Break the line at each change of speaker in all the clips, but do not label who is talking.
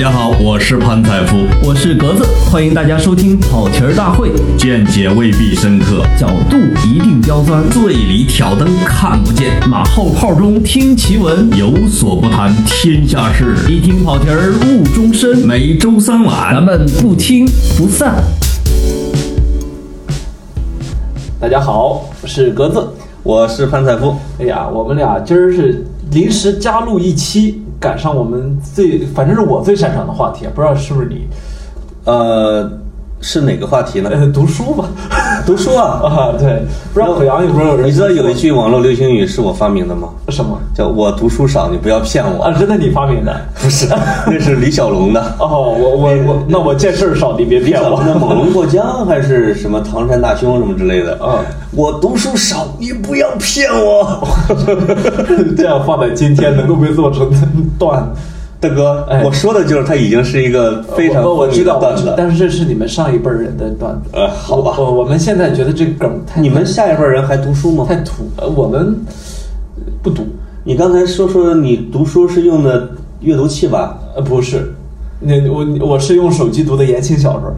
家好，我是潘采夫，
我是格子，欢迎大家收听跑题儿大会，
见解未必深刻，
角度一定刁钻，
醉里挑灯看不见，
马后炮中听奇闻，
有所不谈天下事，
一听跑题儿误终身，
每周三晚
咱们不听不散。
大家好，我是格子。
我是潘采夫，
哎呀，我们俩今儿是临时加录一期，赶上我们最，反正是我最擅长的话题，不知道是不是你？
呃，是哪个话题呢？
呃，读书吧，
读书啊。
啊，对，不知道可阳有没有人？
你知道有一句网络流行语是我发明的吗？
什么？
叫我读书少，你不要骗我。
啊，真的你发明的？
不是，那是李小龙的。
哦，我我我，那我见事儿少，你别
李
骗
小
我
龙。的《猛龙过江》还是什么《唐山大兄》什么之 类的。
啊，
我读书少，你不要骗我。
这样放在今天能够被做成段，
大哥
哎，
我说的就是他已经是一个非常
我我
风
知
靡
道，
的
我
段
知
子
道，
了。
但是这是你们上一辈儿人的段子。
呃，好吧，
我我们现在觉得这个梗太
你们下一辈人还读书吗
太？土，呃我们不读。
你刚才说说你读书是用的阅读器吧？
呃，不是，那我我是用手机读的言情小说，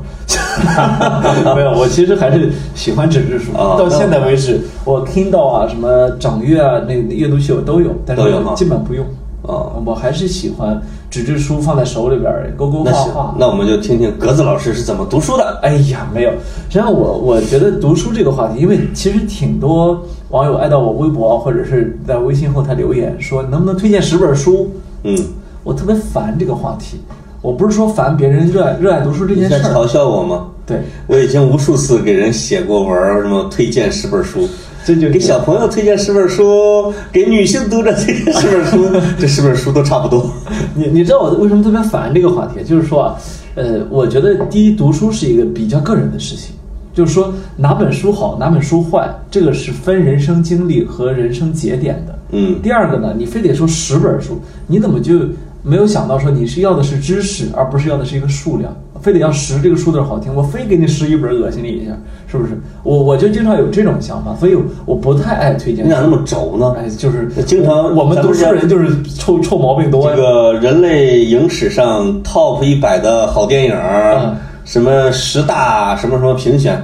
没有，我其实还是喜欢纸质书。
啊
到现在为止，我 Kindle 啊，什么掌阅啊，那那阅读器我都有，但是
都有哈
基本不用。
啊
我还是喜欢纸质书放在手里边儿勾勾
那
画
行
画，。
那我们就听听格子老师是怎么读书的。
哎呀，没有。实际上我，我觉得读书这个话题，因为其实挺多网友艾到我微博啊或者是在微信后台留言说，能不能推荐十本书？
嗯，
我特别烦这个话题。我不是说烦别人热爱热爱读书这
你
件
在
事
嘲
儿，
笑我吗？
对，
我已经无数次给人写过文儿，什么推荐十本书，
这就
给小朋友推荐十本书，给女性读者 推荐十本书，这十本书都差不多。
你你知道我为什么特别烦这个话题？就是说啊，呃，我觉得第一，读书是一个比较个人的事情，就是说哪本书好，哪本书坏，这个是分人生经历和人生节点的。
嗯
第二个呢，你非得说十本书，你怎么就没有想到说你是要的是知识，而不是要的是一个数量？非得要十这个数字好听，我非给你十一本恶心你一下，是不是？我我就经常有这种想法，所以我不太爱推荐
你
书。
咋那么轴呢？
哎，就是
经常
我们
咱
读
们
书
这
人就是臭臭毛病多呀。
这个人类影史上 top 一百的好电影儿，
嗯
什么十大什么什么评选，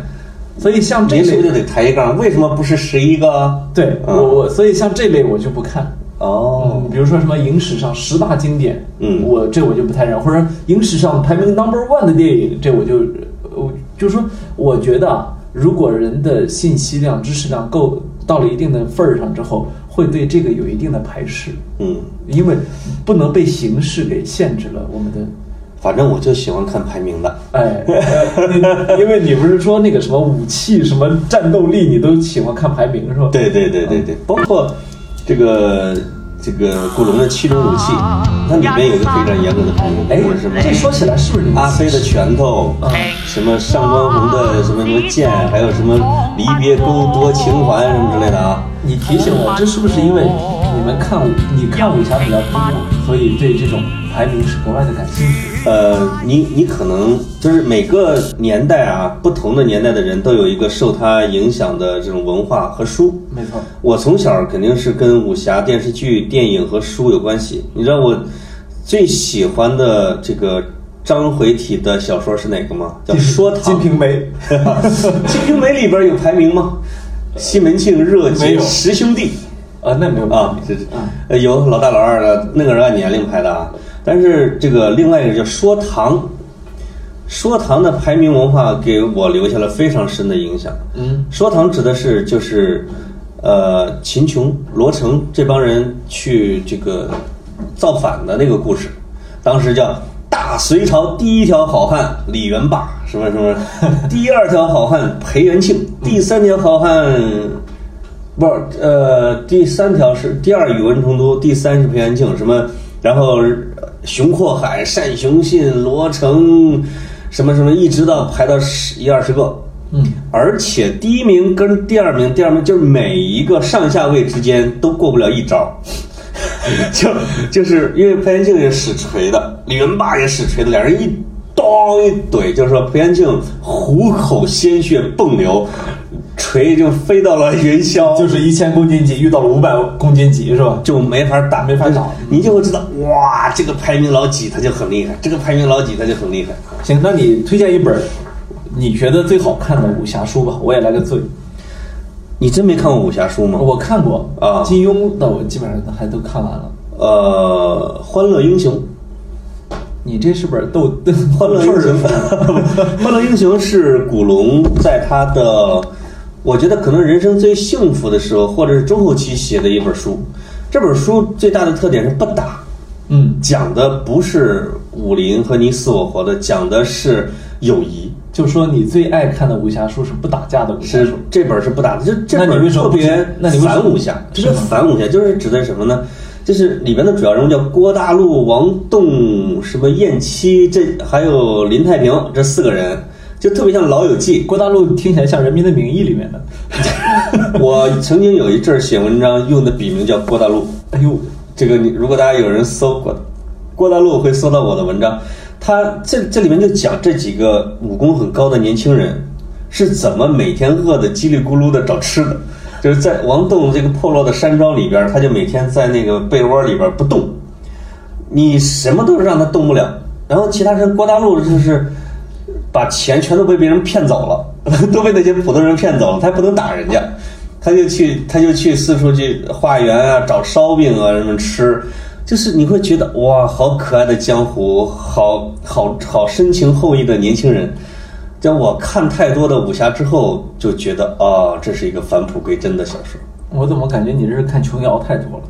所以像这
您是不
类
是就得抬一杠？为什么不是十一个？
对我
嗯
我，所以像这类我就不看。
哦，
嗯，比如说什么影史上十大经典，
嗯
我这我就不太认，或者影史上排名 number one 的电影，这我就，我就说，我觉得啊，如果人的信息量、知识量够到了一定的份儿上之后，会对这个有一定的排斥，
嗯，
因为不能被形式给限制了我们的
反正我就喜欢看排名的。
哎，呃因为 你不是说那个什么武器、什么战斗力，你都喜欢看排名是吧？
对对对对对，
嗯
包括这个这个古龙的七种武器，它里面有一个非常严格的排名，
哎
比如什么，
这说起嗯来是不是你们
阿飞的拳头，什么上官红的什么什么剑，还有什么离别勾多情怀什么之类的啊。
你提醒我，这是不是因为你们看武你看武侠比较多，所以对这种排名是格外的感兴趣？
呃，你你可能就是每个年代啊，不同的年代的人都有一个受他影响的这种文化和书。
没错，
我从小肯定是跟武侠电视剧、电影和书有关系。你知道我最喜欢的这个章回体的小说是哪个吗？叫《说
《
唐》。
金瓶 梅》
《金瓶梅》里边有排名吗？西门庆、热
没
结
有
十兄弟
啊，那没有
啊，这是
嗯
呃有老大老二的，那个是按年龄排的啊。但是这个另外一个叫《说唐》，《说唐》的排名文化给我留下了非常深的影响。
嗯，
说唐指的是就是，呃，秦琼、罗成这帮人去这个造反的那个故事，当时叫大隋朝第一条好汉李元霸，什么什么，第二条好汉裴元庆，第三条好汉。不是，呃，第三条是第二宇文成都，第三是裴元庆，什么，然后呃熊阔海、单雄信、罗成，什么什么，一直到排到十一二十个，
嗯，
而且第一名跟第二名，第二名就是每一个上下位之间都过不了一招， 就就是因为裴元庆也使锤的，李元霸也使锤的，两人一咚一怼，就是说裴元庆虎口鲜血迸流，锤就飞到了云霄，
就是一千公斤级遇到了五百公斤级，是吧？
就没法打，
没法打
你就会知道，哇，这个排名老几他就很厉害，这个排名老几他就很厉害。
行，那你推荐一本你觉得最好看的武侠书吧，我也来个最。
你真没看过武侠书吗？
我看过
啊
金庸的我基本上还都看完了。
呃，《欢乐英雄》，
你这是本 逗啊
《欢乐英雄》，《 欢乐英雄》是古龙在他的，我觉得可能人生最幸福的时候，或者是中后期写的一本书。这本书最大的特点是不打，
嗯，
讲的不是武林和你死我活的，讲的是友谊。
就说你最爱看的武侠书是不打架的武侠
是
书，
这本是不打的，这这
那你
本
为什么
特
不
别
去那你为什么
反武侠，这
是
个
吗
反武侠就是指的是什么呢？就是里边的主要人物叫郭大陆、王栋、什么燕七，这还有林太平这四个人，就特别像《老友记》。
郭大陆听起来像《人民的名义》里面的。
我曾经有一阵儿写文章用的笔名叫郭大陆，
哎呦，
这个你如果大家有人搜郭郭大陆，会搜到我的文章。他这这里面就讲这几个武功很高的年轻人是怎么每天饿得叽里咕噜的找吃的，就是在王栋这个破落的山庄里边儿，他就每天在那个被窝里边儿不动，你什么都是让他动不了。然后其他人郭大陆就是把钱全都被别人骗走了， 都被那些普通人骗走了，他也不能打人家，他就去他就去四处去化缘啊，找烧饼啊什么吃，就是你会觉得哇，好可爱的江湖，好好好深情厚谊的年轻人。在我看太多的武侠之后，就觉得啊、这是一个返璞归真的小说。
我怎么感觉你这是看琼瑶太多了？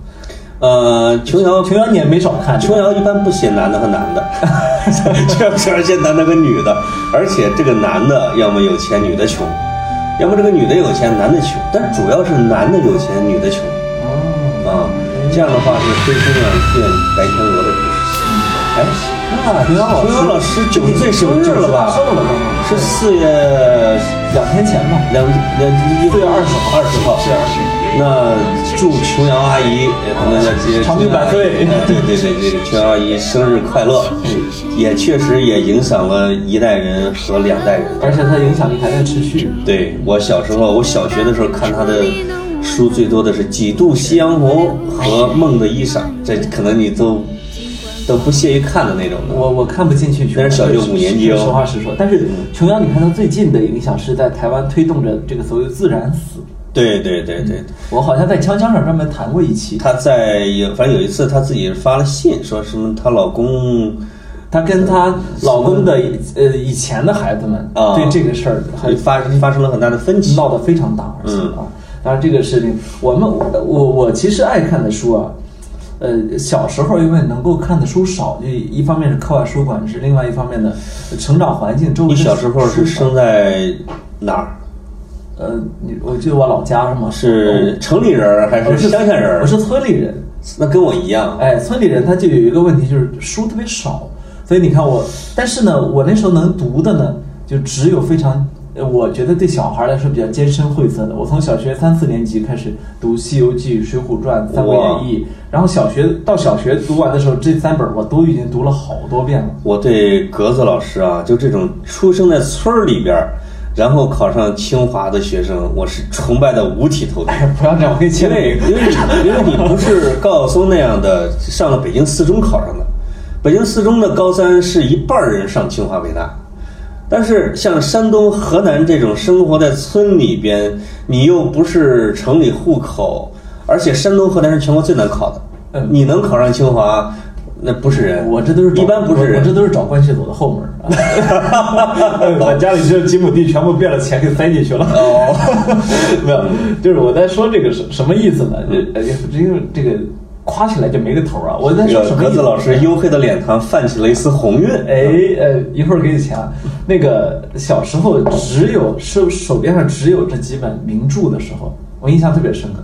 呃，琼瑶
琼瑶你也没少看，
琼瑶一般不写男的和男的， 琼瑶只要写男的和女的，而且这个男的要么有钱，女的穷，要么这个女的有钱，男的穷，但主要是男的有钱，女的穷
哦，
啊。这样的话是灰姑娘变白天鹅的故事。哎，
那琼瑶老
琼瑶
师
老师九十岁生日了吧？
生日了，
是四月
两天前吧。
两两
四月二十号
二十号
是啊二十
那祝琼瑶阿姨，也不能叫接
长命百岁
哎对对对，这个琼瑶阿姨生日快乐！嗯也确实也影响了一代人和两代人。
而且它影响力还在持续。
对我小时候，我小学的时候看她的书最多的是《几度夕阳红》和《梦的衣裳》，这可能你都都不屑于看的那种的。
我我看不进去琼瑶，
那是小学五年级哦
实话实说，但是琼瑶，你看她最近的影响是在台湾推动着这个所谓自然死。
对对对对，
我好像在锵锵上专门谈过一期，
她在有反正有一次她自己发了信，说什么她老公。
她跟她老公的呃以前的孩子们
啊
对这个事儿还
发发生了很大的分歧。
闹得非常大，而且
嗯
啊，当然这个事情，我们我我我其实爱看的书啊，呃，小时候因为能够看的书少，就一方面是课外书馆制，另外一方面呢，成长环境周围
你
的
小时候
书
是
少
生在哪儿？
呃，你我记得我老家是吗？
是城里人儿还
我
是乡下人儿？
哦我是村里人。
那跟我一样。
哎，村里人他就有一个问题，就是书特别少，所以你看我，但是呢，我那时候能读的呢，就只有非常，呃我觉得对小孩来说比较艰深晦涩的。我从小学三四年级开始读《西游记》《水浒传》《三国演义》，然后小学到小学读完的时候，这三本我都已经读了好多遍了。
我对格子老师啊，就这种出生在村儿里边儿，然后考上清华的学生，我是崇拜的五体投地。
不要这样，我给你签
因
名。
为因为你因为你不是高晓松那样的上了北京四中考上的，北京四中的高三是一半儿人上清华北大，但是像山东、河南这种生活在村里边，你又不是城里户口，而且山东、河南是全国最难考的
嗯，
你能考上清华，那不是人。
我这都是找
一般不
我
是
我这
人。
都是找关系走的后门啊儿。 把家里这几亩地全部变了钱给塞进去了。哦， 没有，就是我在说这个什什么意思呢？这因为这个夸起来就没个头儿啊！我在
这
说
个
什么
格
意
子
思？
老师黝黑的脸庞泛起了一丝红晕。
哎，呃，一会儿给你钱啊。那个小时候只有手手边上只有这几本名著的时候，我印象特别深刻。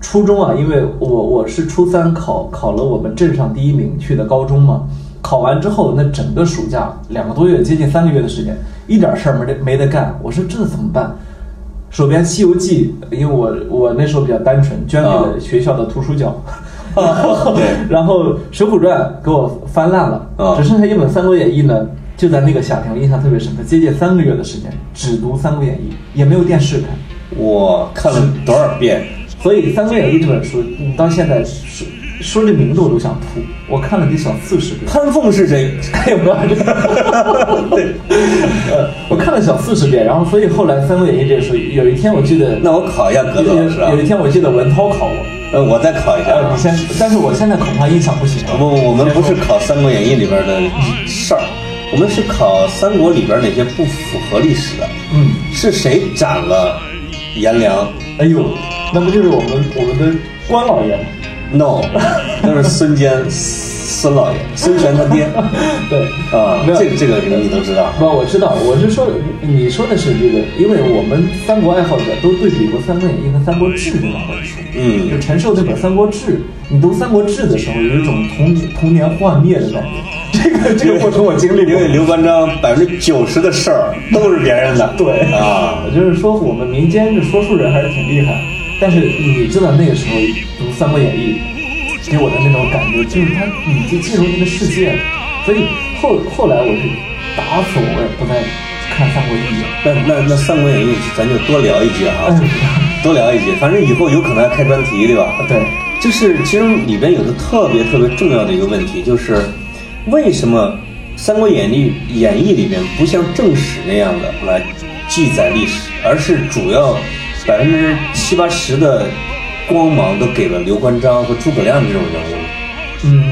初中啊，因为我我是初三考考了我们镇上第一名去的高中嘛，考完之后那整个暑假两个多月，接近三个月的时间，一点事儿没得没得干。我说这怎么办？手边《西游记》，因为我我那时候比较单纯，捐给
啊
了学校的图书角。 然后《水浒传》给我翻烂了，
啊
只剩下一本《三国演义》呢。就在那个夏天，我印象特别深刻，接近三个月的时间，只读《三国演义》，也没有电视看，
我看了多少遍？
所以《三国演义》这本书，你到现在说说这名字我都想吐，我看了得小四十遍， 哎
潘凤是谁？
看有没有？ 对，呃，我看了小四十遍，然后所以后来《三国演义》这本书，有一天我记得，
那我考一下
有
格子老师啊
有有，一天我记得文涛考我，
呃，我再考一下
呃，
啊
你。先，但是我现在恐怕印象不行。
不，我们不是考《三国演义》里边的事儿，我们是考三国里边哪些不符合历史的。
嗯，
是谁斩了颜良
哎呦，那不就是我们我们的关老爷吗？
？No，那是孙坚，孙老爷，孙权他爹。
对，
啊
没，有
这个这个你都知道。
不，我知道，我是说，你说的是这个，因为我们三国爱好者都对比过《三国演义》和《三国志》这两本书。就
嗯，
陈寿那本《三国志》，你读《三国志》的时候，有一种童童年幻灭的感觉。这个这个过程我经历
因
过。
为刘关张百分之九十的事儿都是别人的。
对
啊，
我就是说，我们民间这说书人还是挺厉害。但是你知道那个时候读《三国演义》，给我的那种感觉就是他已经进入那个世界了。所以后后来我是打死我也不再看《三国演义》了。
那那那《三国演义》咱就多聊一集啊，
嗯
多聊一集，反正以后有可能还开专题，对吧？
对，
就是其实里边有个特别特别重要的一个问题，就是为什么《三国演义》演义里边不像正史那样的来记载历史，而是主要百分之七八十的光芒都给了刘关张和诸葛亮这种人物。
嗯，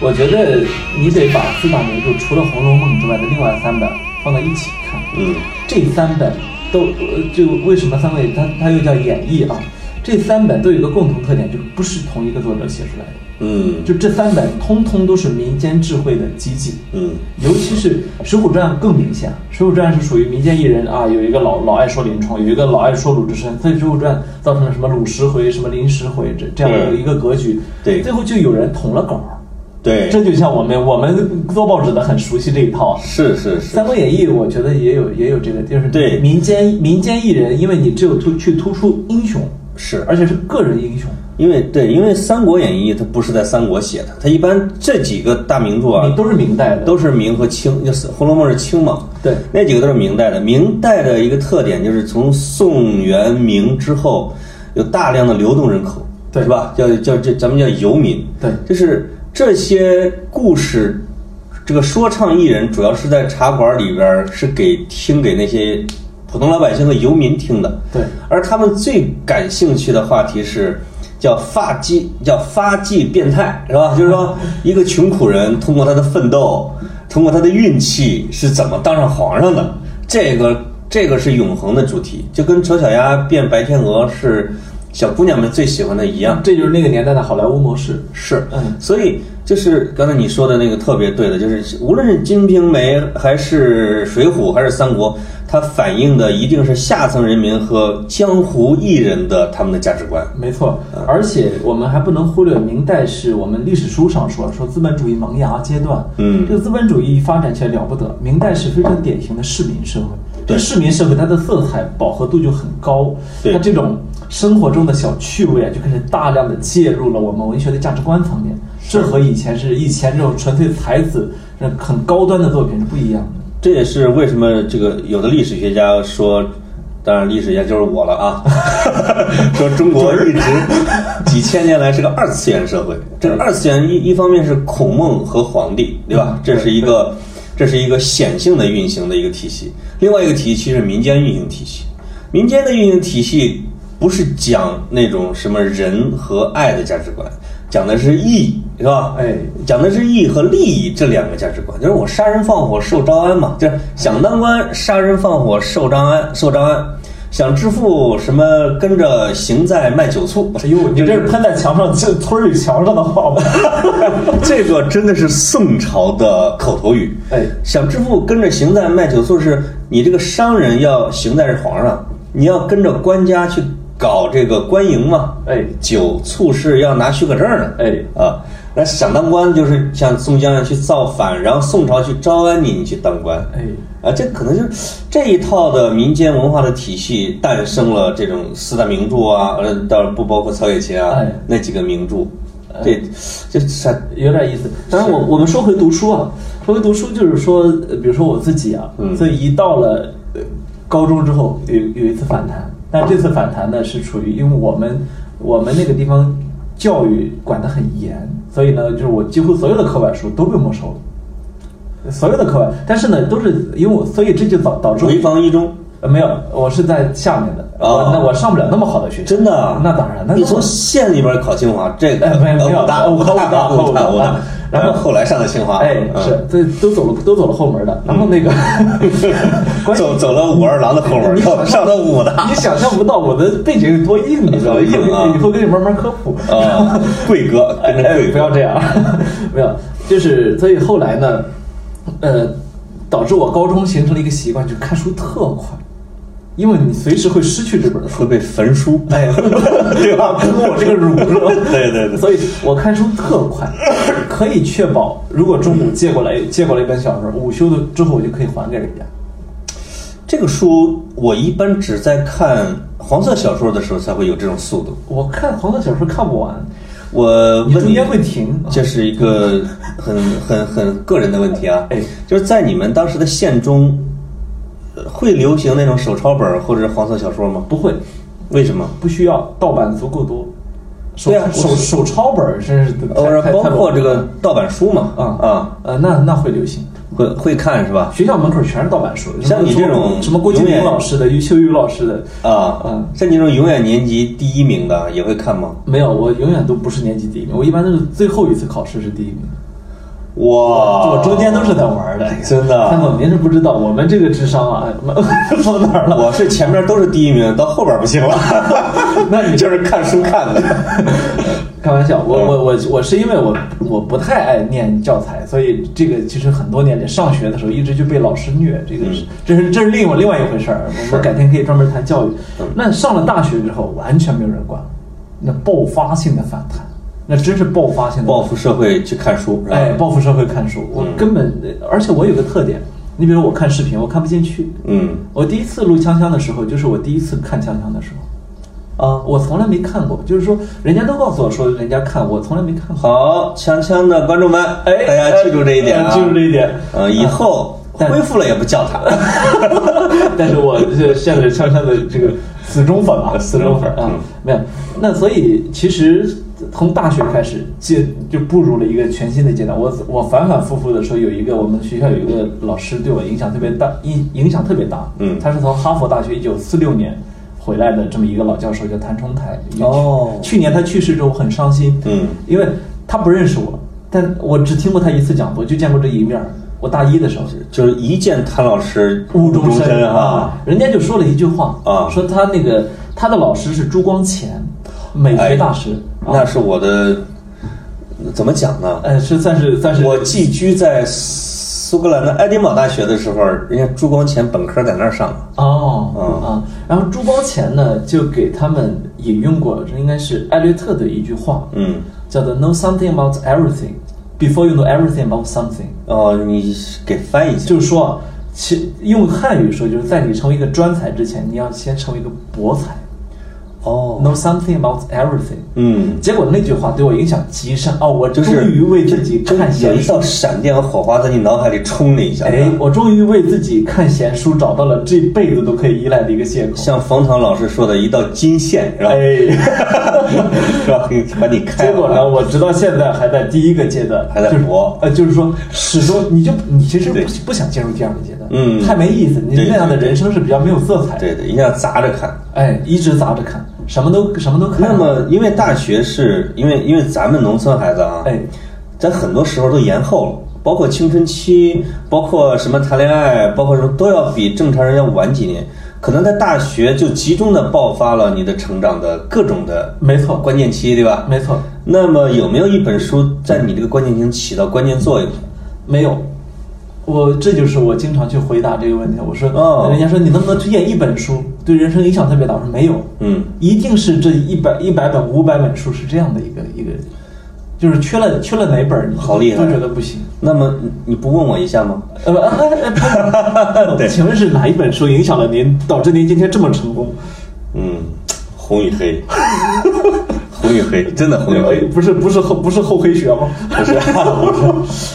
我觉得你得把四大名著除了《红楼梦》之外的另外三本放到一起看。
嗯，
这三本都呃就为什么三位它它又叫演义啊？这三本都有一个共同特点，就不是同一个作者写出来的。
嗯
就这三本通通都是民间智慧的集锦。
嗯，
尤其是《水浒传》更明显，《水浒传》是属于民间艺人啊，有一个老老爱说林冲，有一个老爱说鲁智深，所以《水浒传》造成了什么鲁十回、什么林十回这这样的
对
一个格局。
对
最后就有人捅了稿儿。
对，
这就像我们我们做报纸的很熟悉这一套。
是是
《
是
三，国演义》我觉得也有也有这个，就是
对
民间民间艺人，因为你只有突去突出英雄，
是
而且是个人英雄，
因为对，因为《三国演义》它不是在三国写的，它一般这几个大名著啊，
你都是明代的，
都是明和清，就是《红楼梦》是清嘛，
对
那几个都是明代的。明代的一个特点就是从宋元明之后，有大量的流动人口，
对
是吧？叫叫这咱们叫游民，
对
就是这些故事，这个说唱艺人主要是在茶馆里边儿是给听给那些普通老百姓和游民听的，
对
而他们最感兴趣的话题是叫发迹，叫发迹变态，是吧？就是说，一个穷苦人通过他的奋斗，通过他的运气，是怎么当上皇上的？这个这个是永恒的主题，就跟丑小鸭变白天鹅是小姑娘们最喜欢的一样。
这就是那个年代的好莱坞模式。
是，
嗯
所以就是刚才你说的那个特别对的，就是无论是《金瓶梅》还是《水浒》还是《三国》，它反映的一定是下层人民和江湖艺人的他们的价值观。
没错，
嗯
而且我们还不能忽略，明代是我们历史书上说说资本主义萌芽阶段，
嗯
这个资本主义发展起来了不得。明代是非常典型的市民社会，
对
这市民社会它的色彩饱和度就很高，
对
它这种生活中的小趣味啊，就开始大量的介入了我们文学的价值观层面，这和以前是以前这种纯粹才子、那很高端的作品是不一样的。
这也是为什么这个有的历史学家说，当然历史学家就是我了啊， 说中国一直几千年来是个二次元社会。这个二次元一一方面是孔孟和皇帝，对吧？这是一个这是一个显性的运行的一个体系，另外一个体系是民间运行体系。民间的运行体系不是讲那种什么仁和爱的价值观，讲的是义，是吧？
哎
讲的是义和利益这两个价值观，就是我杀人放火受招安嘛，就是想当官杀人放火受招安受招安，想致富什么跟着行在卖酒醋，
哎呦，你这是喷在墙上，这村儿里墙上的话吗？
这个真的是宋朝的口头语。
哎
想致富跟着行在卖酒醋是，你这个商人要行在是皇上，你要跟着官家去搞这个官营嘛。
哎
酒醋是要拿许可证的。
哎
啊，那想当官就是像宋江一样去造反，然后宋朝去招安你，你去当官。
哎
啊，这可能就是这一套的民间文化的体系诞生了这种四大名著啊，呃，当然不包括曹雪芹啊、
哎
那几个名著，这这啥
有点意思。当然我，我们说回读书啊，说回读书就是说，呃比如说我自己啊，
嗯
所以一到了呃高中之后，有有一次反弹，但这次反弹呢是处于因为我们我们那个地方教育管得很严，所以呢，就是我几乎所有的课外书都被没收了，所有的课外，但是呢，都是因为我，所以这就导导致
潍坊一中，
呃没有，我是在下面的，
哦
我那我上不了那么好的学校，
真的啊？
那当然，那
你从县里边考清华，这个
哎没有没有
武大，
呃
武
武大
大，
武大
武大，
武大
武大。然后
嗯
后来上了清华，
哎，
嗯
是，这都走了，都走了后门的。然后那个，关于
走走了武二郎的后门，
你
上上了武大。
你想象不到我的背景有多硬，你知 道吗？
硬 啊
以后给你慢慢科普。
啊，贵哥跟 着
哎
贵，哥，
不要这样， 没有，就是所以后来呢，呃，导致我高中形成了一个习惯，就是看书特快，因为你随时会失去这本书。
会被焚书，
哎，
对吧？
我这个乳是吧？
对对对，
所以我看书特快，可以确保，如果中午借过来借过来一本小说，午休的之后我就可以还给人家。
这个书我一般只在看黄色小说的时候才会有这种速度。
我看黄色小说看不完，
我
你
问
中间会停。啊
这是一个很很很个人的问题啊
哎，
就是在你们当时的县中，呃会流行那种手抄本儿或者是黄色小说吗？
不会，
为什么？
不需要，盗版足够多。手
对啊
手
我
手呃抄本儿真是
偶
太
尔
太
包
太
括
冷
这个盗版书嘛，
啊
啊，
呃，那那会流行。
会会看是吧？
学校门口全是盗版书，
像你
什么
这种
什么郭
永
敬明
远
老师的、余秋雨老师的，
啊
嗯，
像你这种永远年级第一名的也会看吗？
没有，我永远都不是年级第一名，我一般都是最后一次考试是第一名。
哇，
我中间都是在玩哦儿的，
真的啊
但我您是不知道，我们这个智商啊， 放哪儿了？
我是前面都是第一名，到后边不 行了。
那你
就是看书 看的。
开玩笑，我
嗯
我我我是因为我我不太爱念教材，所以这个其实很多年里上学的时候一直就被老师虐，这个
嗯
是、这是这是另外另外一回事儿。我们改天可以专门谈教育。
嗯
那上了大学之后，完全没有人管，那爆发性的反弹，那真是爆发性的
报复嗯社会去看书，是吧
哎，报复社会看书，我根本，而且我有个特点，你比如我看视频，我看不进去。
嗯
我第一次录《锵锵》的时候，就是我第一次看《锵锵》的时候，啊，我从来没看过，就是说人家都告诉我说人家看，我从来没看过。
好，锵锵的观众们，
哎，
大家记住这一点啊，
呃记住这一点。啊
呃，以后
但
恢复了也不叫他。
但是我是现在锵锵的这个死忠粉啊，死忠粉啊
嗯，
没有。那所以其实从大学开始，阶就步入了一个全新的阶段。我我反反复复的说，有一个我们学校有一个老师对我影响特别大，影影响特别大。
嗯
他是从哈佛大学一九四六年回来的这么一个老教授，叫谭冲台。
哦
去年他去世之后我很伤心。
嗯
因为他不认识我，但我只听过他一次讲座，就见过这一面儿。我大一的时候，
就是一见谭老师
误
中
中
身
啊
哈，，
人家就说了一句话
啊
说他那个他的老师是朱光潜，美学大师，
哎那是我的怎么讲呢？
呃是算是算是
我寄居在苏格兰的爱丁堡大学的时候，人家朱光潜本科在那儿上的。
哦
嗯
啊，然后朱光潜呢就给他们引用过，这应该是艾略特的一句话，
嗯，
叫做 “Know something about everything before you know everything about something”，
哦，你给翻译一下，
就是说啊，其用汉语说就是在你成为一个专才之前，你要先成为一个博才
哦，
，Know something about everything。
嗯，
结果那句话对我影响极深哦，我
就
终
是
于为自己看
有
闲
一
书
道，闪电和火花在你脑海里冲了一下，
哎，我终于为自己看闲书找到了这辈子都可以依赖的一个 借口。
像冯唐老师说的一道金线，是吧？
哎，
是吧？给把你开
啊 结
了。
果呢，我直到现在还在第一个阶段，
还在
就是
搏
呃，就是说始终你就你其实
对
不不想进入第二个阶段，
嗯
太没意思，你
对对
那样的
对
人生是比较没有色彩，
对对，一定要砸着看。
哎，一直砸着看，什么都什么都看，
那么，因为大学是因为因为咱们农村孩子啊，
哎，
咱很多时候都延后了，包括青春期，包括什么谈恋爱，包括什么都要比正常人要晚几年。可能在大学就集中的爆发了你的成长的各种的
没错，
关键期，对吧？
没错，
那么有没有一本书在你这个关键期起到关键作用？
没有。我这就是我经常去回答这个问题。我说，
哦
人家说你能不能推荐一本书对人生影响特别大？我说没有，
嗯，
一定是这一百一百本、五百本书是这样的一个一个，就是缺了缺了哪本，你
好厉害
都觉得不行。
那么你你不问我一下吗？
呃，不哎哎 哎不
对
请问是哪一本书影响了您，导致您今天这么成功？
嗯，红与 黑，红与黑，真的红与黑，
呃不是不是后不是厚黑学吗？
不是、不是，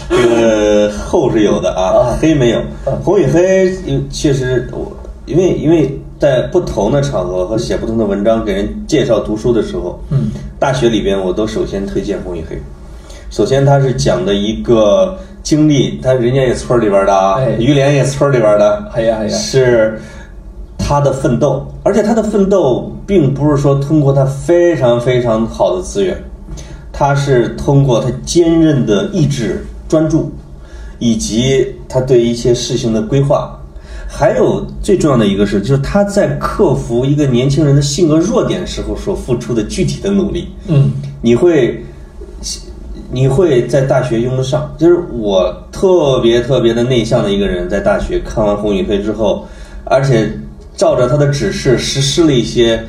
这个
啊
后是有的啊，黑没有，红与黑呃确实我因为因为在不同的场合和写不同的文章给人介绍读书的时候，
嗯，
大学里边我都首先推荐《红与黑》。首先，它是讲的一个经历，他人家也村儿里边儿的啊
哎，
于连也村儿里边儿的，
哎呀哎呀
是他的奋斗，而且他的奋斗并不是说通过他非常非常好的资源，他是通过他坚韧的意志、专注，以及他对一些事情的规划，还有最重要的一个是，就是他在克服一个年轻人的性格弱点时候所付出的具体的努力。
嗯，
你会，你会在大学用得上。就是我特别特别的内向的一个人，在大学看完《红与黑》之后，而且照着他的指示实施了一些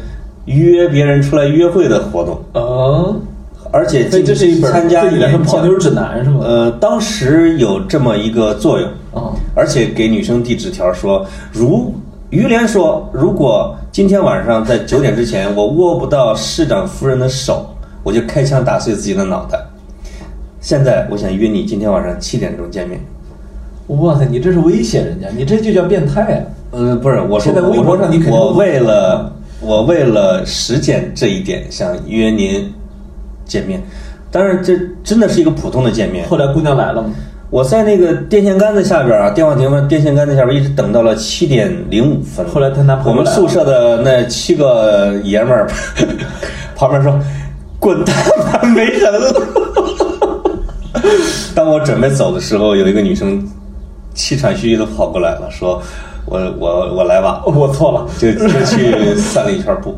约别人出来约会的活动，
哦，
而且
所以这是一本
参加
自己的
演
泡
讲
妞指南是吗？
呃，当时有这么一个作用，
哦，
而且给女生递纸条说，如于连说，如果今天晚上在九点之前我握不到市长夫人的手，我就开枪打碎自己的脑袋。现在我想约你今天晚上七点钟见面。
哦哇塞，你这是威胁人家，你这就叫变态啊！
呃，不是，我说
现在微博上你肯定
我为了我为了实践这一点，想约您见面。当然，这真的是一个普通的见面。
后来姑娘来了吗？
我在那个电线杆子下边啊，电话亭电线杆子下边一直等到了七点零五分。
后来她男朋友
我们
来了
宿舍的那七个爷们儿 旁边说：“滚他妈，没人了！” 当我准备走的时候，有一个女生气喘吁吁的跑过来了，说：“我我我来吧。”
我错了，
就就去散了一圈步。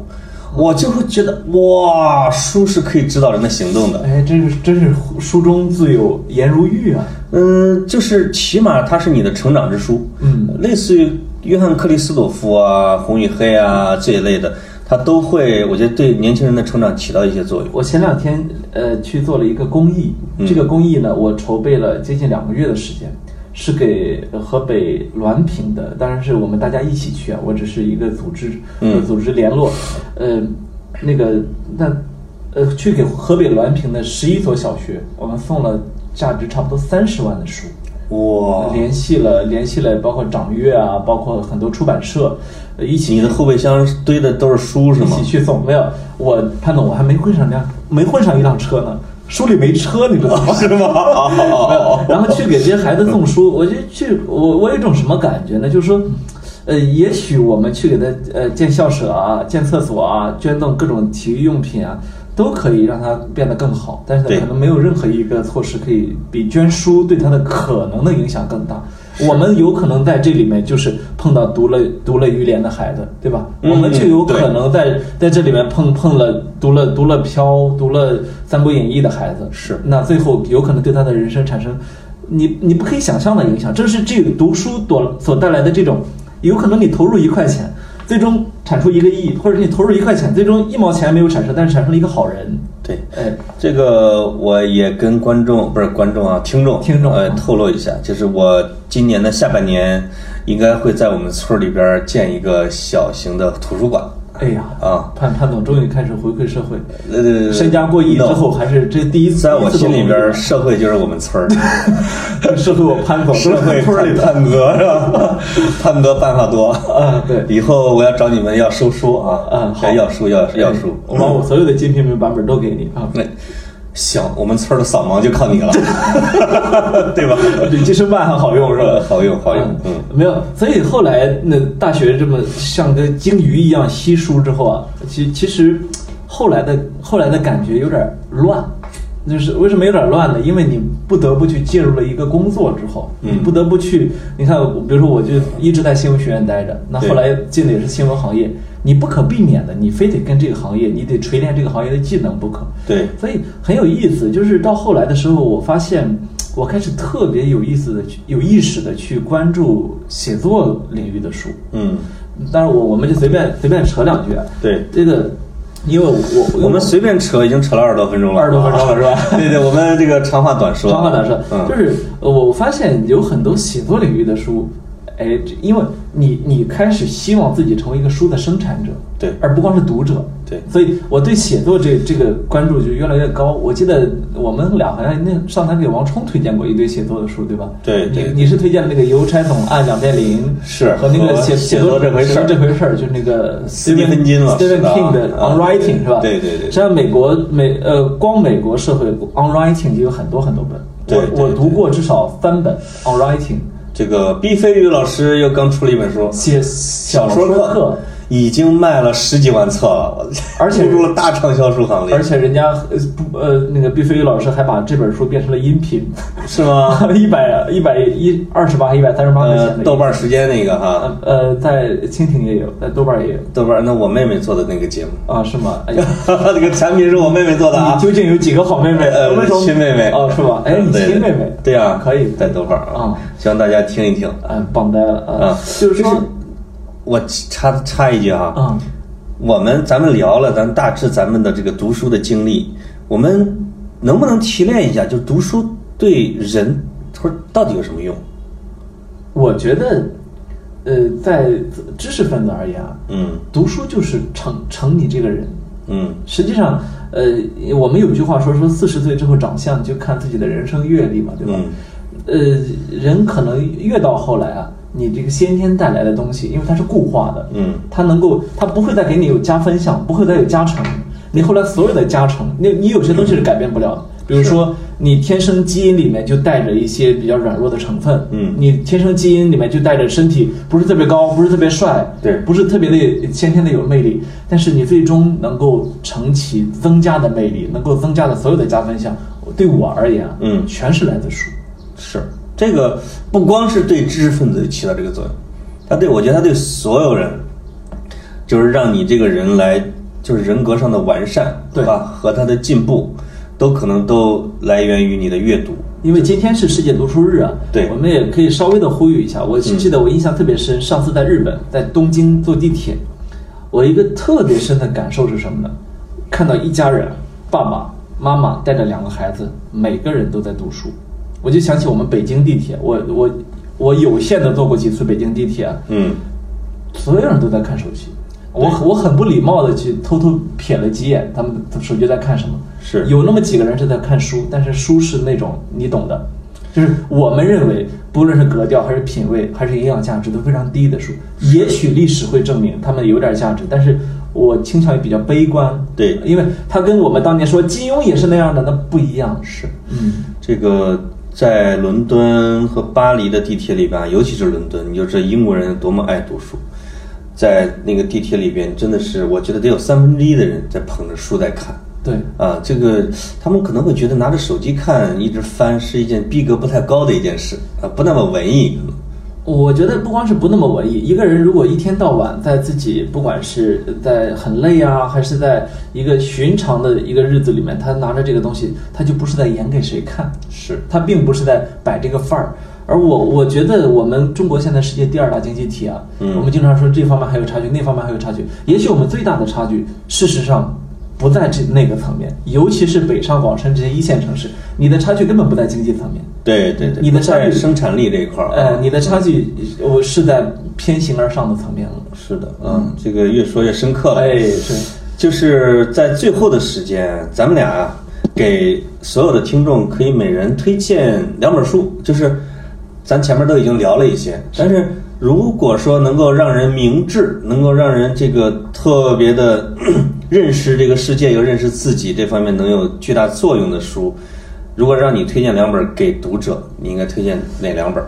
我就会觉得哇，书是可以指导人的行动的。
哎，真是真是书中自有颜如玉啊！
嗯，就是起码它是你的成长之书，
嗯，
类似于约翰克里斯朵夫啊、《红与黑啊》这一类的，它都会，我觉得对年轻人的成长起到一些作用。
我前两天呃去做了一个公益，这个公益呢，我筹备了接近两个月的时间，是给呃河北滦平的，当然是我们大家一起去啊，我只是一个组织，
嗯
组织联络，呃，那个那呃去给河北滦平的十一所小学，我们送了价值差不多三十万的书，
哇，
联系了联系了包括掌阅啊，包括很多出版社，呃一起
你的后备箱堆的都是书是
一
吗
起？去送。没有，我潘总，我还没混上辆，没混上一辆车呢，书里没车，你知道吗？是 吗？没有。然后去给这些孩子送书，我就去，我我有一种什么感觉呢？就是说。呃，也许我们去给他呃建校舍啊、建厕所啊、捐赠各种体育用品啊，都可以让他变得更好。但是呢
对
可能没有任何一个措施可以比捐书对他的可能的影响更大。我们有可能在这里面就是碰到读了读了于连的孩子，对吧？
嗯
我们就有
对
可能在在这里面碰碰了读了读了飘读了《三国演义》的孩子，
是
那最后有可能对他的人生产生你你不可以想象的影响。正是这个读书所所带来的这种，有可能你投入一块钱，最终产出一个亿，或者你投入一块钱，最终一毛钱没有产生，但是产生了一个好人。
对，
哎，
这个我也跟观众不是观众啊，听众
听众
呃
啊
透露一下，就是我今年的下半年应该会在我们村儿里边儿建一个小型的图书馆
哎呀，
啊。
潘潘总终于开始回馈社会，
呃，
身家过亿之
no
后，还是这第一次。
在我心里边儿，
第一次
社会就是我们 村儿，
跟我社会我潘总，
社会
村儿里的。
探哥是吧？探哥办法多
啊对
以后我要找你们要收书啊，哎
嗯好
要书要要书。
我把我所有的《金瓶梅》版本都给你啊，
那行，我们村儿的扫盲就靠你了， 对吧？
比计生办还好用是吧？
好用好用嗯，
没有，所以后来那大学这么像个鲸鱼一样吸书之后啊，其其实后来的后来的感觉有点乱，就是为什么有点乱呢？因为你不得不去介入了一个工作之后，
嗯
你不得不去，你看，比如说我就一直在新闻学院待着，那后来进的也是新闻行业，你不可避免的，你非得跟这个行业，你得锤炼这个行业的技能不可。
对，
所以很有意思。就是到后来的时候，我发现我开始特别有意思的、有意识的去关注写作领域的书。
嗯，
当然我，我们就随便随便扯两句。啊
对
这个，因为我
我们随便扯已经扯了二十多分钟了，啊
20多分 钟了是吧
对对，我们这个长话短说，
长话短说，
哦嗯，
就是呃我发现有很多写作领域的书，哎，这因为你你开始希望自己成为一个书的生产者，
对
而不光是读者，
对
所以我对写作这这个关注就越来越高。我记得我们俩好像那上台给王冲推荐过一堆写作的书，对吧？
对对
你你是推荐了那个《邮差董案两变零》
是
和那个
和
写
写
作
作这回事儿
这回事儿，就是那个
斯蒂芬金老师
Stephen
的
King 的
啊
On Writing 是吧？
对对对
实际上美国美呃，光美国社会 On Writing 就有很多很多本。
对对
我我读
对
过至少三本 On Writing。
这个毕飞宇老师又刚出了一本书，
写小
小说
课，
已经卖了十几万册了，我
而且
步入了大畅销书行列，
而且人家呃不呃那个毕飞宇老师还把这本书变成了音频，
是吗？
一百一百一二十八一百三十八块钱的
呃
音频、，
豆瓣时间那个哈，
呃在蜻蜓也有，在豆瓣也有
豆瓣那我妹妹做的那个节目，
啊是吗？哎呀，
这个产品是我妹妹做的啊
你，究竟有几个好妹妹？
呃，
为
我的
什么
亲妹妹
哦是吧？哎，
嗯
你
对
亲妹妹
对呀，
可以
在豆瓣
啊
啊，希望大家听一听
哎棒呆了
啊
啊，，就是说
我插插一句哈，
啊
我们咱们聊了咱大致咱们的这个读书的经历，我们能不能提炼一下，就读书对人或者到底有什么用？
我觉得呃在知识分子而言啊，
嗯
读书就是成成你这个人。
嗯，
实际上，呃，我们有句话说说四十岁之后长相就看自己的人生阅历嘛，对吧？
嗯
呃，人可能越到后来啊，你这个先天带来的东西，因为它是固化的，
嗯
它能够，它不会再给你有加分项，不会再有加成。你后来所有的加成，你你有些东西是改变不了的，比如说你天生基因里面就带着一些比较软弱的成分，
嗯
你天生基因里面就带着身体不是特别高，不是特别帅，
对
不是特别的先天的有魅力，但是你最终能够成其增加的魅力，能够增加的所有的加分项，对我而言，啊
嗯
全是来自书。
是这个不光是对知识分子起到这个作用，他对我觉得他对所有人，就是让你这个人来，就是人格上的完善，
对
吧？和他的进步，都可能都来源于你的阅读。
因为今天是世界读书日啊，
对
我们也可以稍微的呼吁一下。我记得我印象特别深，上次在日本，在东京坐地铁，我一个特别深的感受是什么呢？看到一家人，爸爸妈妈带着两个孩子，每个人都在读书，我就想起我们北京地铁，我我我有限的坐过几次北京地铁啊，
嗯，
所有人都在看手机。我我很不礼貌的去偷偷瞥了几眼，他们的手机在看什么？
是
有那么几个人是在看书，但是书是那种你懂的，就是我们认为不论是格调还是品味还是营养价值都非常低的书。也许历史会证明他们有点价值，但是我倾向于比较悲观。
对
因为他跟我们当年说金庸也是那样的，那不一样。
是。
嗯，
这个在伦敦和巴黎的地铁里边，尤其是伦敦，你就知道英国人多么爱读书。在那个地铁里边，真的是我觉得得有三分之一的人在捧着书在看。
对，
啊，这个他们可能会觉得拿着手机看一直翻是一件逼格不太高的一件事啊，不那么文艺。
我觉得不光是不那么文艺，一个人如果一天到晚在自己不管是在很累啊，还是在一个寻常的一个日子里面，他拿着这个东西，他就不是在演给谁看，
是
他并不是在摆这个范儿。而我，我觉得我们中国现在世界第二大经济体啊，
嗯
我们经常说这方面还有差距，那方面还有差距。也许我们最大的差距，事实上不在这那个层面，尤其是北上广深这些一线城市，你的差距根本不在经济层面，
对对对，
你的
不在
差距
生产力这一块儿啊，
呃，你的差距，我是在偏形而上的层面了。
是的，嗯，这个越说越深刻了。
哎，是，
就是在最后的时间，咱们俩啊给所有的听众可以每人推荐两本书，就是咱前面都已经聊了一些，但是如果说能够让人明智，能够让人这个特别的认识这个世界，又认识自己这方面能有巨大作用的书，如果让你推荐两本给读者，你应该推荐哪两本？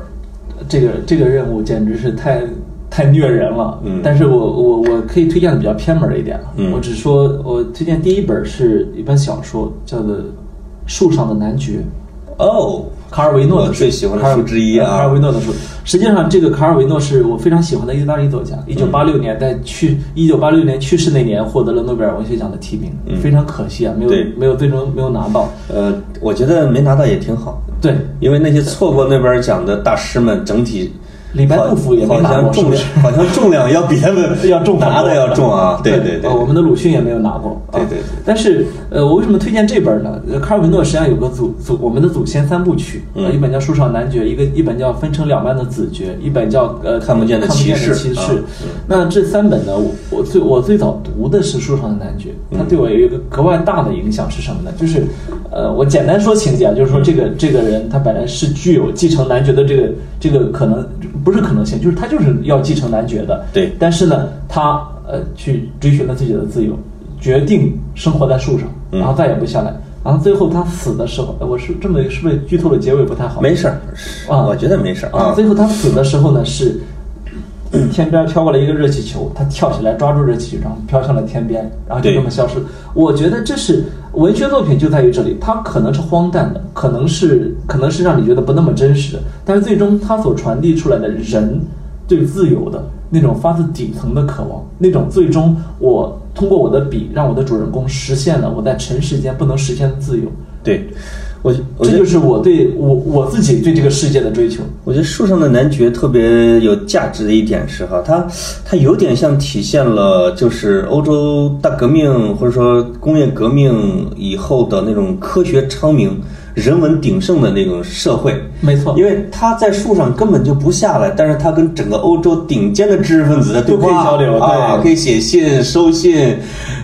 这个这个任务简直是太太虐人了。
嗯
但是我我我可以推荐的比较偏门儿一点了。
嗯
我只说我推荐第一本是一本小说，叫做《树上的男爵》。
哦，
卡尔维诺的
我
书
最喜欢的书之一啊
卡尔维诺的书。实际上，这个卡尔维诺是我非常喜欢的意大利作家。一九八六
嗯
年在去一九八六年去世那年获得了诺贝尔文学奖的提名，非常可惜啊，没有
嗯对
没有最终没有拿到。
呃，我觉得没拿到也挺好。
对，
因为那些错过诺贝尔奖的大师们，整体
李白杜甫也没
好
拿
像
过，是
重
不
量
是？
好像重量要比他们
要重很多
拿的要 重啊，对对对
呃，我们的鲁迅也没有拿过，啊
对对对
但是呃，我为什么推荐这本呢？呃卡尔维诺实际上有个祖祖我们的祖先三部曲，
嗯
呃一本叫《树上男爵》，一个一本叫《分成两半的子爵》，一本叫呃
看不见的
看不见
骑士
的骑
啊
士。那这三本呢，我我最我最早读的是《树上的男爵》，它
嗯
对我有一个格外大的影响是什么呢？就是呃，我简单说情节啊，就是说这
嗯
个这个人他本来是具有继承男爵的这个这个可能不是可能性，就是他就是要继承男爵的，
对
但是呢，他呃去追寻了自己的自由，决定生活在树上，
嗯
然后再也不下来。然后最后他死的时候，呃我是这么是不是剧透了结尾不太好？
没事儿，
啊
我觉得没事儿
啊。最后他死的时候呢，是 天边飘过来一个热气球，他跳起来抓住热气球，然后飘向了天边，然后就
对
这么消失。我觉得这是文学作品就在于这里，它可能是荒诞的，可能是可能是让你觉得不那么真实的，但是最终它所传递出来的人对自由的那种发自底层的渴望，那种最终我通过我的笔让我的主人公实现了我在尘世间不能实现的自由。
对，我我觉
这
得
就是我对我我自己对这个世界的追求。
我觉得树上的男爵特别有价值的一点是哈，它它有点像体现了就是欧洲大革命或者说工业革命以后的那种科学昌明、人文鼎盛的那种社会。
没错
因为他在树上根本就不下来，但是他跟整个欧洲顶尖的知识分子在对话，
都可以交流
啊，
对
可以写信、收信，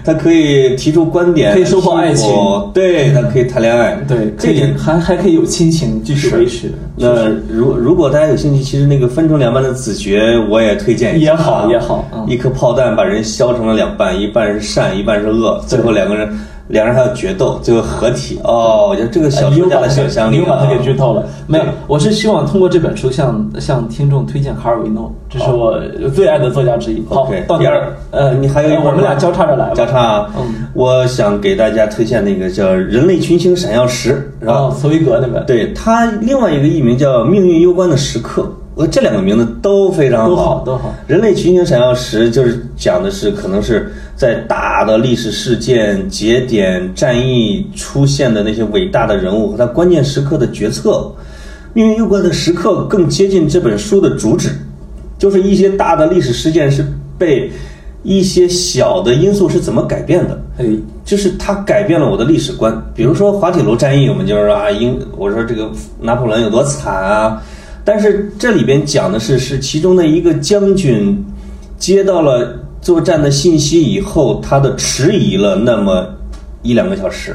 他可以提出观点，
可以收获爱情
批驳对他可以谈恋爱，
对，可
这一
以
点
还还可以有亲情继续维持，呃
那如如果大家有兴趣，其实那个分成两半的子爵，我也推荐一下
也
啊
好也好嗯
一颗炮弹把人削成了两半，一半是善，一半是恶，最后两个人两人还要决斗，最后合体。哦，我觉得这个小
你
说
又
家
把
的
它
想
给嗯
象
哎你
力
又把
啊
它给剧透了。没有
对，
我是希望通过这本书向向听众推荐卡尔维诺，这是我最爱的作家之一。好
OK，，
到
第
你
二
了，呃，
你还有一
呃
会儿
我们俩
吗
交叉着来吧，
交叉啊。
嗯
我想给大家推荐那个叫《人类群星闪耀时》，是吧？
哦，茨威格那本，
对他另外一个艺名叫《命运攸关的时刻》，我这两个名字都非常
都好都好
人类群星闪耀时就是讲的是可能是在大的历史事件节点、战役出现的那些伟大的人物和他关键时刻的决策。命运攸关的时刻更接近这本书的主旨，就是一些大的历史事件是被一些小的因素是怎么改变的。
哎，
就是它改变了我的历史观。比如说滑铁卢战役，我们就是说啊，英，我说这个拿破仑有多惨啊，但是这里边讲的是，是其中的一个将军接到了作战的信息以后，他的迟疑了那么一两个小时。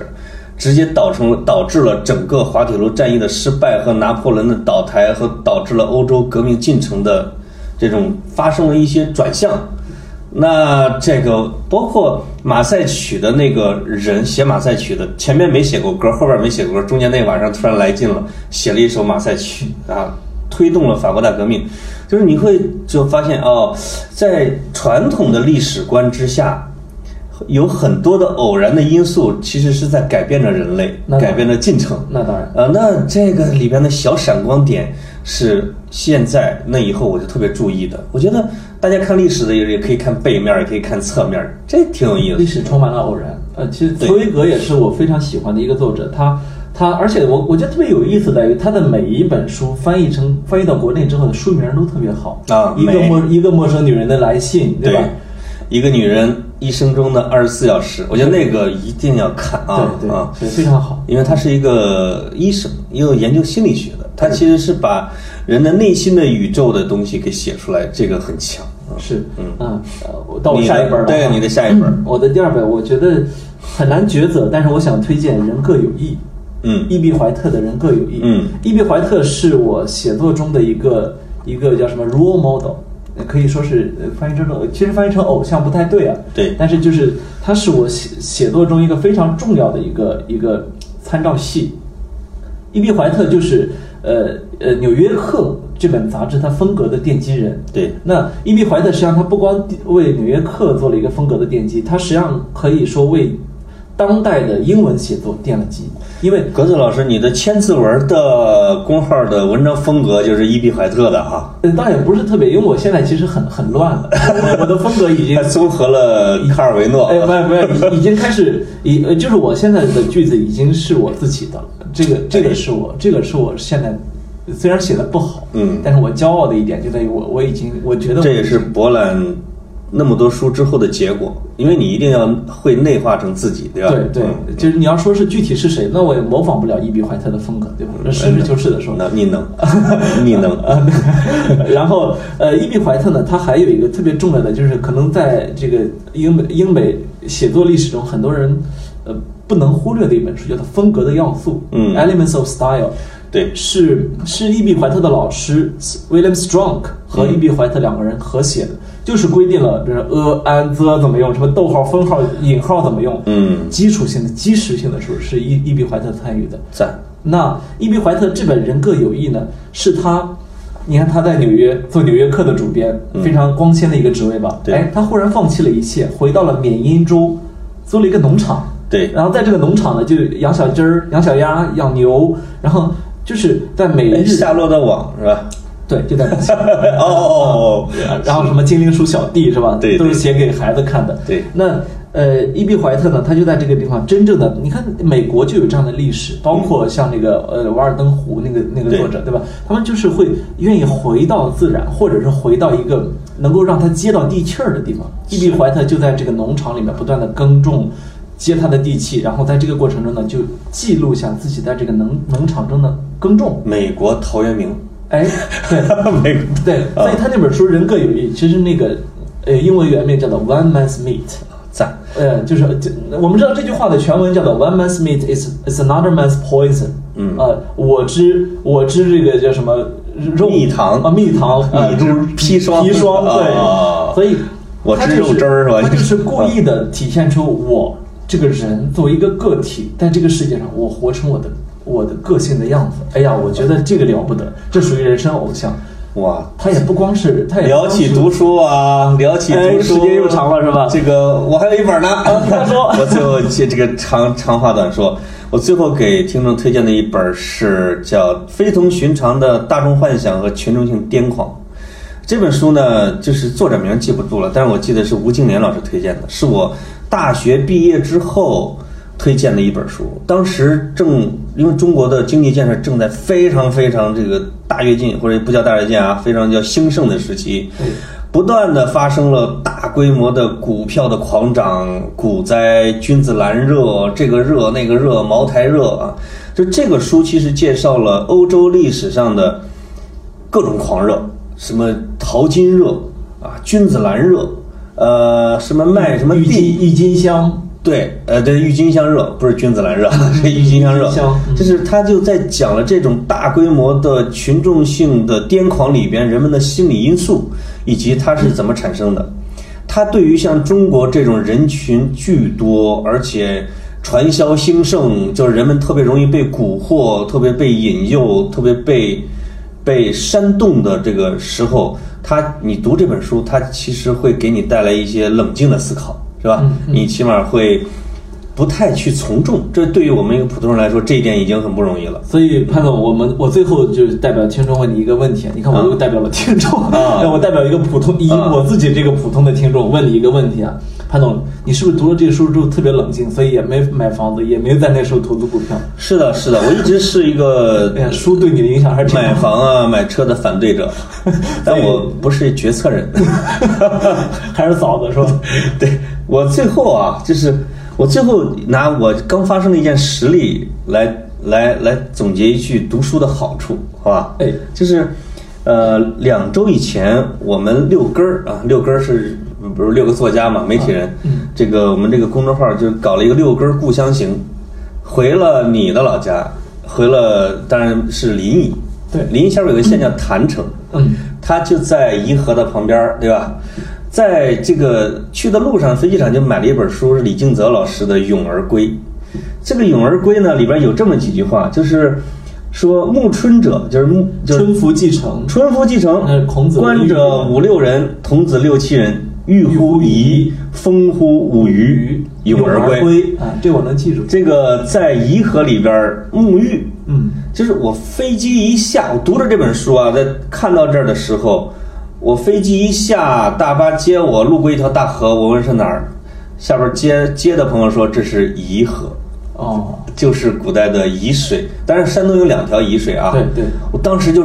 直接导成了导致了整个滑铁卢战役的失败和拿破仑的倒台，和导致了欧洲革命进程的这种发生了一些转向。那这个包括马赛曲的那个人写马赛曲的，前面没写过歌，后边没写过歌，中间那晚上突然来劲了，写了一首马赛曲啊，推动了法国大革命。就是你会就发现哦，在传统的历史观之下，有很多的偶然的因素，其实是在改变着人类
那，当然
改变着进程。
那当然，
呃，那这个里边的小闪光点是现在那以后我就特别注意的。我觉得大家看历史的也也可以看背面，也可以看侧面，这挺有意
历
思。
史充满了偶然。呃，其实
对
茨威格也是我非常喜欢的一个作者，他他，而且我我觉得特别有意思在于他的每一本书翻译成翻译到国内之后的书名都特别好
啊
一个
美
陌一个陌生女人的来信，
对
吧？
一个女人一生中的二十四小时，我觉得那个一定要看啊
对
啊！
对，非常好。
因为他是一个医生，也有研究心理学的，他其实是把人的内心的宇宙的东西给写出来，这个很强。
是，
嗯
嗯，呃我到我
你
下
的
一本了啊。
对你的下一本，
我的第二本，我觉得很难抉择，但是我想推荐《人各有异》。
嗯
伊壁怀特的人各有异。
嗯
伊壁怀特是我写作中的一个一个叫什么 role model，呃可以说是呃翻译成偶，其实翻译成偶像不太对啊。
对
但是就是他是我写写作中一个非常重要的一个一个参照系。伊壁怀特就是呃呃《纽约客》这本杂志它风格的奠基人。
对
那伊壁怀特实际上他不光为《纽约客》做了一个风格的奠基，他实际上可以说为当代的英文写作奠了基，因为
格子老师，你的千字文的公号的文章风格就是伊壁怀特的哈，
呃，倒也不是特别，因为我现在其实很很乱 了，我我的风格已经
还，综合了卡尔维诺。
哎，不是不是，已已经开始，已呃，
哎
就是我现在的句子已经是我自己的了，这个这个是我，这个是我现在虽然写的不好，
嗯
但是我骄傲的一点就在于我我已经我觉得我
这也
已
是
经
博览那么多书之后的结果，因为你一定要会内化成自己，对吧？
对对，
嗯
就是你要说是具体是谁，那我也模仿不了伊比怀特的风格，对吧？那实事求是的说，
嗯那你能，你
啊
能，
然后呃，伊比怀特呢，他还有一个特别重要的，就是可能在这个英美英美写作历史中，很多人呃不能忽略的一本书，叫做《风格的要素》
嗯
（Elements of Style）。
对
是是伊比怀特的老师 William Strunk 和伊比怀特两个人合写的，就是规定了，比如说 a、an、the 怎么用，什么逗号、分号、引号怎么用，
嗯
基础性的、基石性的书是伊伊比怀特参与的。
赞，
那伊比怀特这本《人各有异》呢，是他，你看他在纽约做《纽约客》的主编，非常光鲜的一个职位吧？
嗯对
哎，他忽然放弃了一切，回到了缅因州，租了一个农场。
对
然后在这个农场呢，就养小鸡儿、养小鸭、养牛，然后就是在每
哎
日
夏洛的网是吧？
对就在北 京
哦哦哦哦，
呃然后什么精灵鼠小弟是吧？
对
都是
对
写给孩子看的。
对
那呃，伊比怀特呢，他就在这个地方真正的，你看美国就有这样的历史，包括像那个呃《瓦尔登湖》那个那个
对
作者对吧？他们就是会愿意回到自然，或者是回到一个能够让他接到地气儿的地方。伊比怀特就在这个农场里面不断的耕种。接他的地气，然后在这个过程中呢，就记录下自己在这个农农场中的耕种。
美国陶渊明，
哎，对，
美国
对，所以他那本书《人各有异》，其实那个呃英文原名叫做《One Man's Meat》。
赞，
呃，就是这，我们知道这句话的全文叫做 “One man's meat is is another man's poison”。
嗯
呃，我知我知这个叫什么肉
蜜糖
啊，蜜糖，呃
你这是砒霜
砒霜，对，
啊
所以
我
他
吃
就是
肉汁儿是吧
他就是故意的体现出我这个人作为一个个体，在这个世界上，我活成我的我的个性的样子。哎呀，我觉得这个了不得，这属于人生偶像。
哇，
他也不光是他也不
聊
光是
起读书啊，聊起
哎
读书，
时间又长了是吧
这个我还有一本呢。
快说
我最后这这个长长话短说，我最后给听众推荐的一本是叫《非同寻常的大众幻想和群众性癫狂》。这本书呢，就是作者名记不住了，但是我记得是吴敬琏老师推荐的，是我大学毕业之后推荐的一本书。当时正因为中国的经济建设正在非常非常这个大跃进，或者不叫大跃进啊，非常叫兴盛的时期，
嗯
不断的发生了大规模的股票的狂涨、股灾、君子兰热，这个热那个热，茅台热啊。就这个书其实介绍了欧洲历史上的各种狂热，什么淘金热啊、君子兰热，呃，什么卖什么
郁
地
金郁金香，
对，呃，这郁金香热不是君子 兰热，是郁金香热
郁金香。嗯
就是他就在讲了这种大规模的群众性的癫狂里边人们的心理因素，以及它是怎么产生的。它对于像中国这种人群巨多，而且传销兴盛，就是人们特别容易被蛊惑，特别被引诱，特别被被煽动的这个时候，他你读这本书，它其实会给你带来一些冷静的思考，是吧？
嗯
你起码会不太去从众，这对于我们一个普通人来说，这一点已经很不容易了。
所以潘总，我们我最后就是代表听众问你一个问题，啊你看我又代表了听众，
啊
让我代表一个普通以
啊
我自己这个普通的听众问你一个问题啊，潘总，你是不是读了这个书之后特别冷静，所以也没买房子，也没在那时候投资股票？
是的，是的，我一直是一个
哎呀，书对你的影响还是挺大
买
的。
房啊、买车的反对者，但我不是决策 人。
还是嫂子是吧？
对我最后啊，就是我最后拿我刚发生的一件实例来来来总结一句读书的好处，好吧？
哎
就是呃，两周以前我们六根儿啊，六根儿是不是六个作家嘛，媒体人，
啊嗯
这个我们这个公众号就搞了一个六根儿故乡行，回了你的老家，回了当然是临沂，
对
临沂下边有个县叫郯城，
嗯，
他就在颐和的旁边儿，对吧？在这个去的路上，飞机场就买了一本书，是李敬泽老师的《咏而归》。这个《咏而归》呢，里边有这么几句话，就是说暮春者，就是暮，就是
春服继承，
春夫继承
那是，孔子
观者五六人，童子六七人，欲乎夷，风乎舞于，咏而
而
归。
啊，这我能记住。
这个在颐和里边儿沐浴，
嗯，
就是我飞机一下，我读着这本书啊，在看到这儿的时候，我飞机一下，大巴接我，路过一条大河，我问是哪儿，下边接接的朋友说这是颐和，
哦，
就是古代的沂水，但是山东有两条沂水啊。
对对
我当时就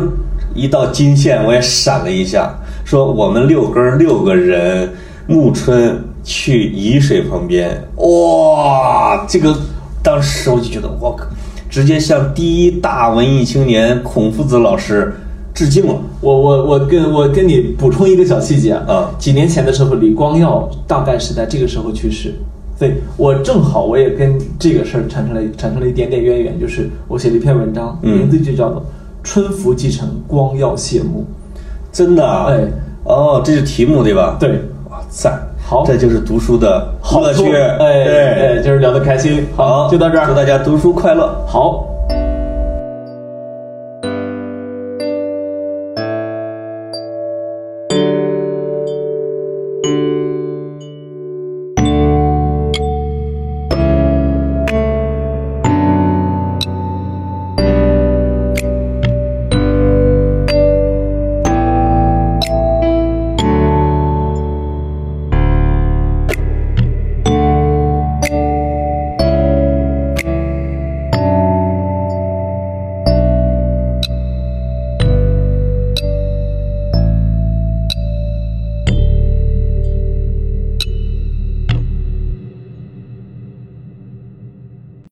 一到金县，我也闪了一下，说我们六根儿六个人，暮春去沂水旁边，哇，这个当时我就觉得我靠，直接向第一大文艺青年孔夫子老师致敬了。
我我我跟我跟你补充一个小细节
啊
几年前的时候，李光耀大概是在这个时候去世，所以我正好我也跟这个事儿产生了产生了一点点渊源，就是我写了一篇文章，
嗯
名字就叫做《春服继承，光耀谢幕
真的啊，
哎
哦，这是题目对吧？
对
哇塞，
好
这就是读书的》。
好
乐趣，
哎哎，
对，
就是聊得开心，
好，
就到这
祝
儿，
大家读书快乐。
好。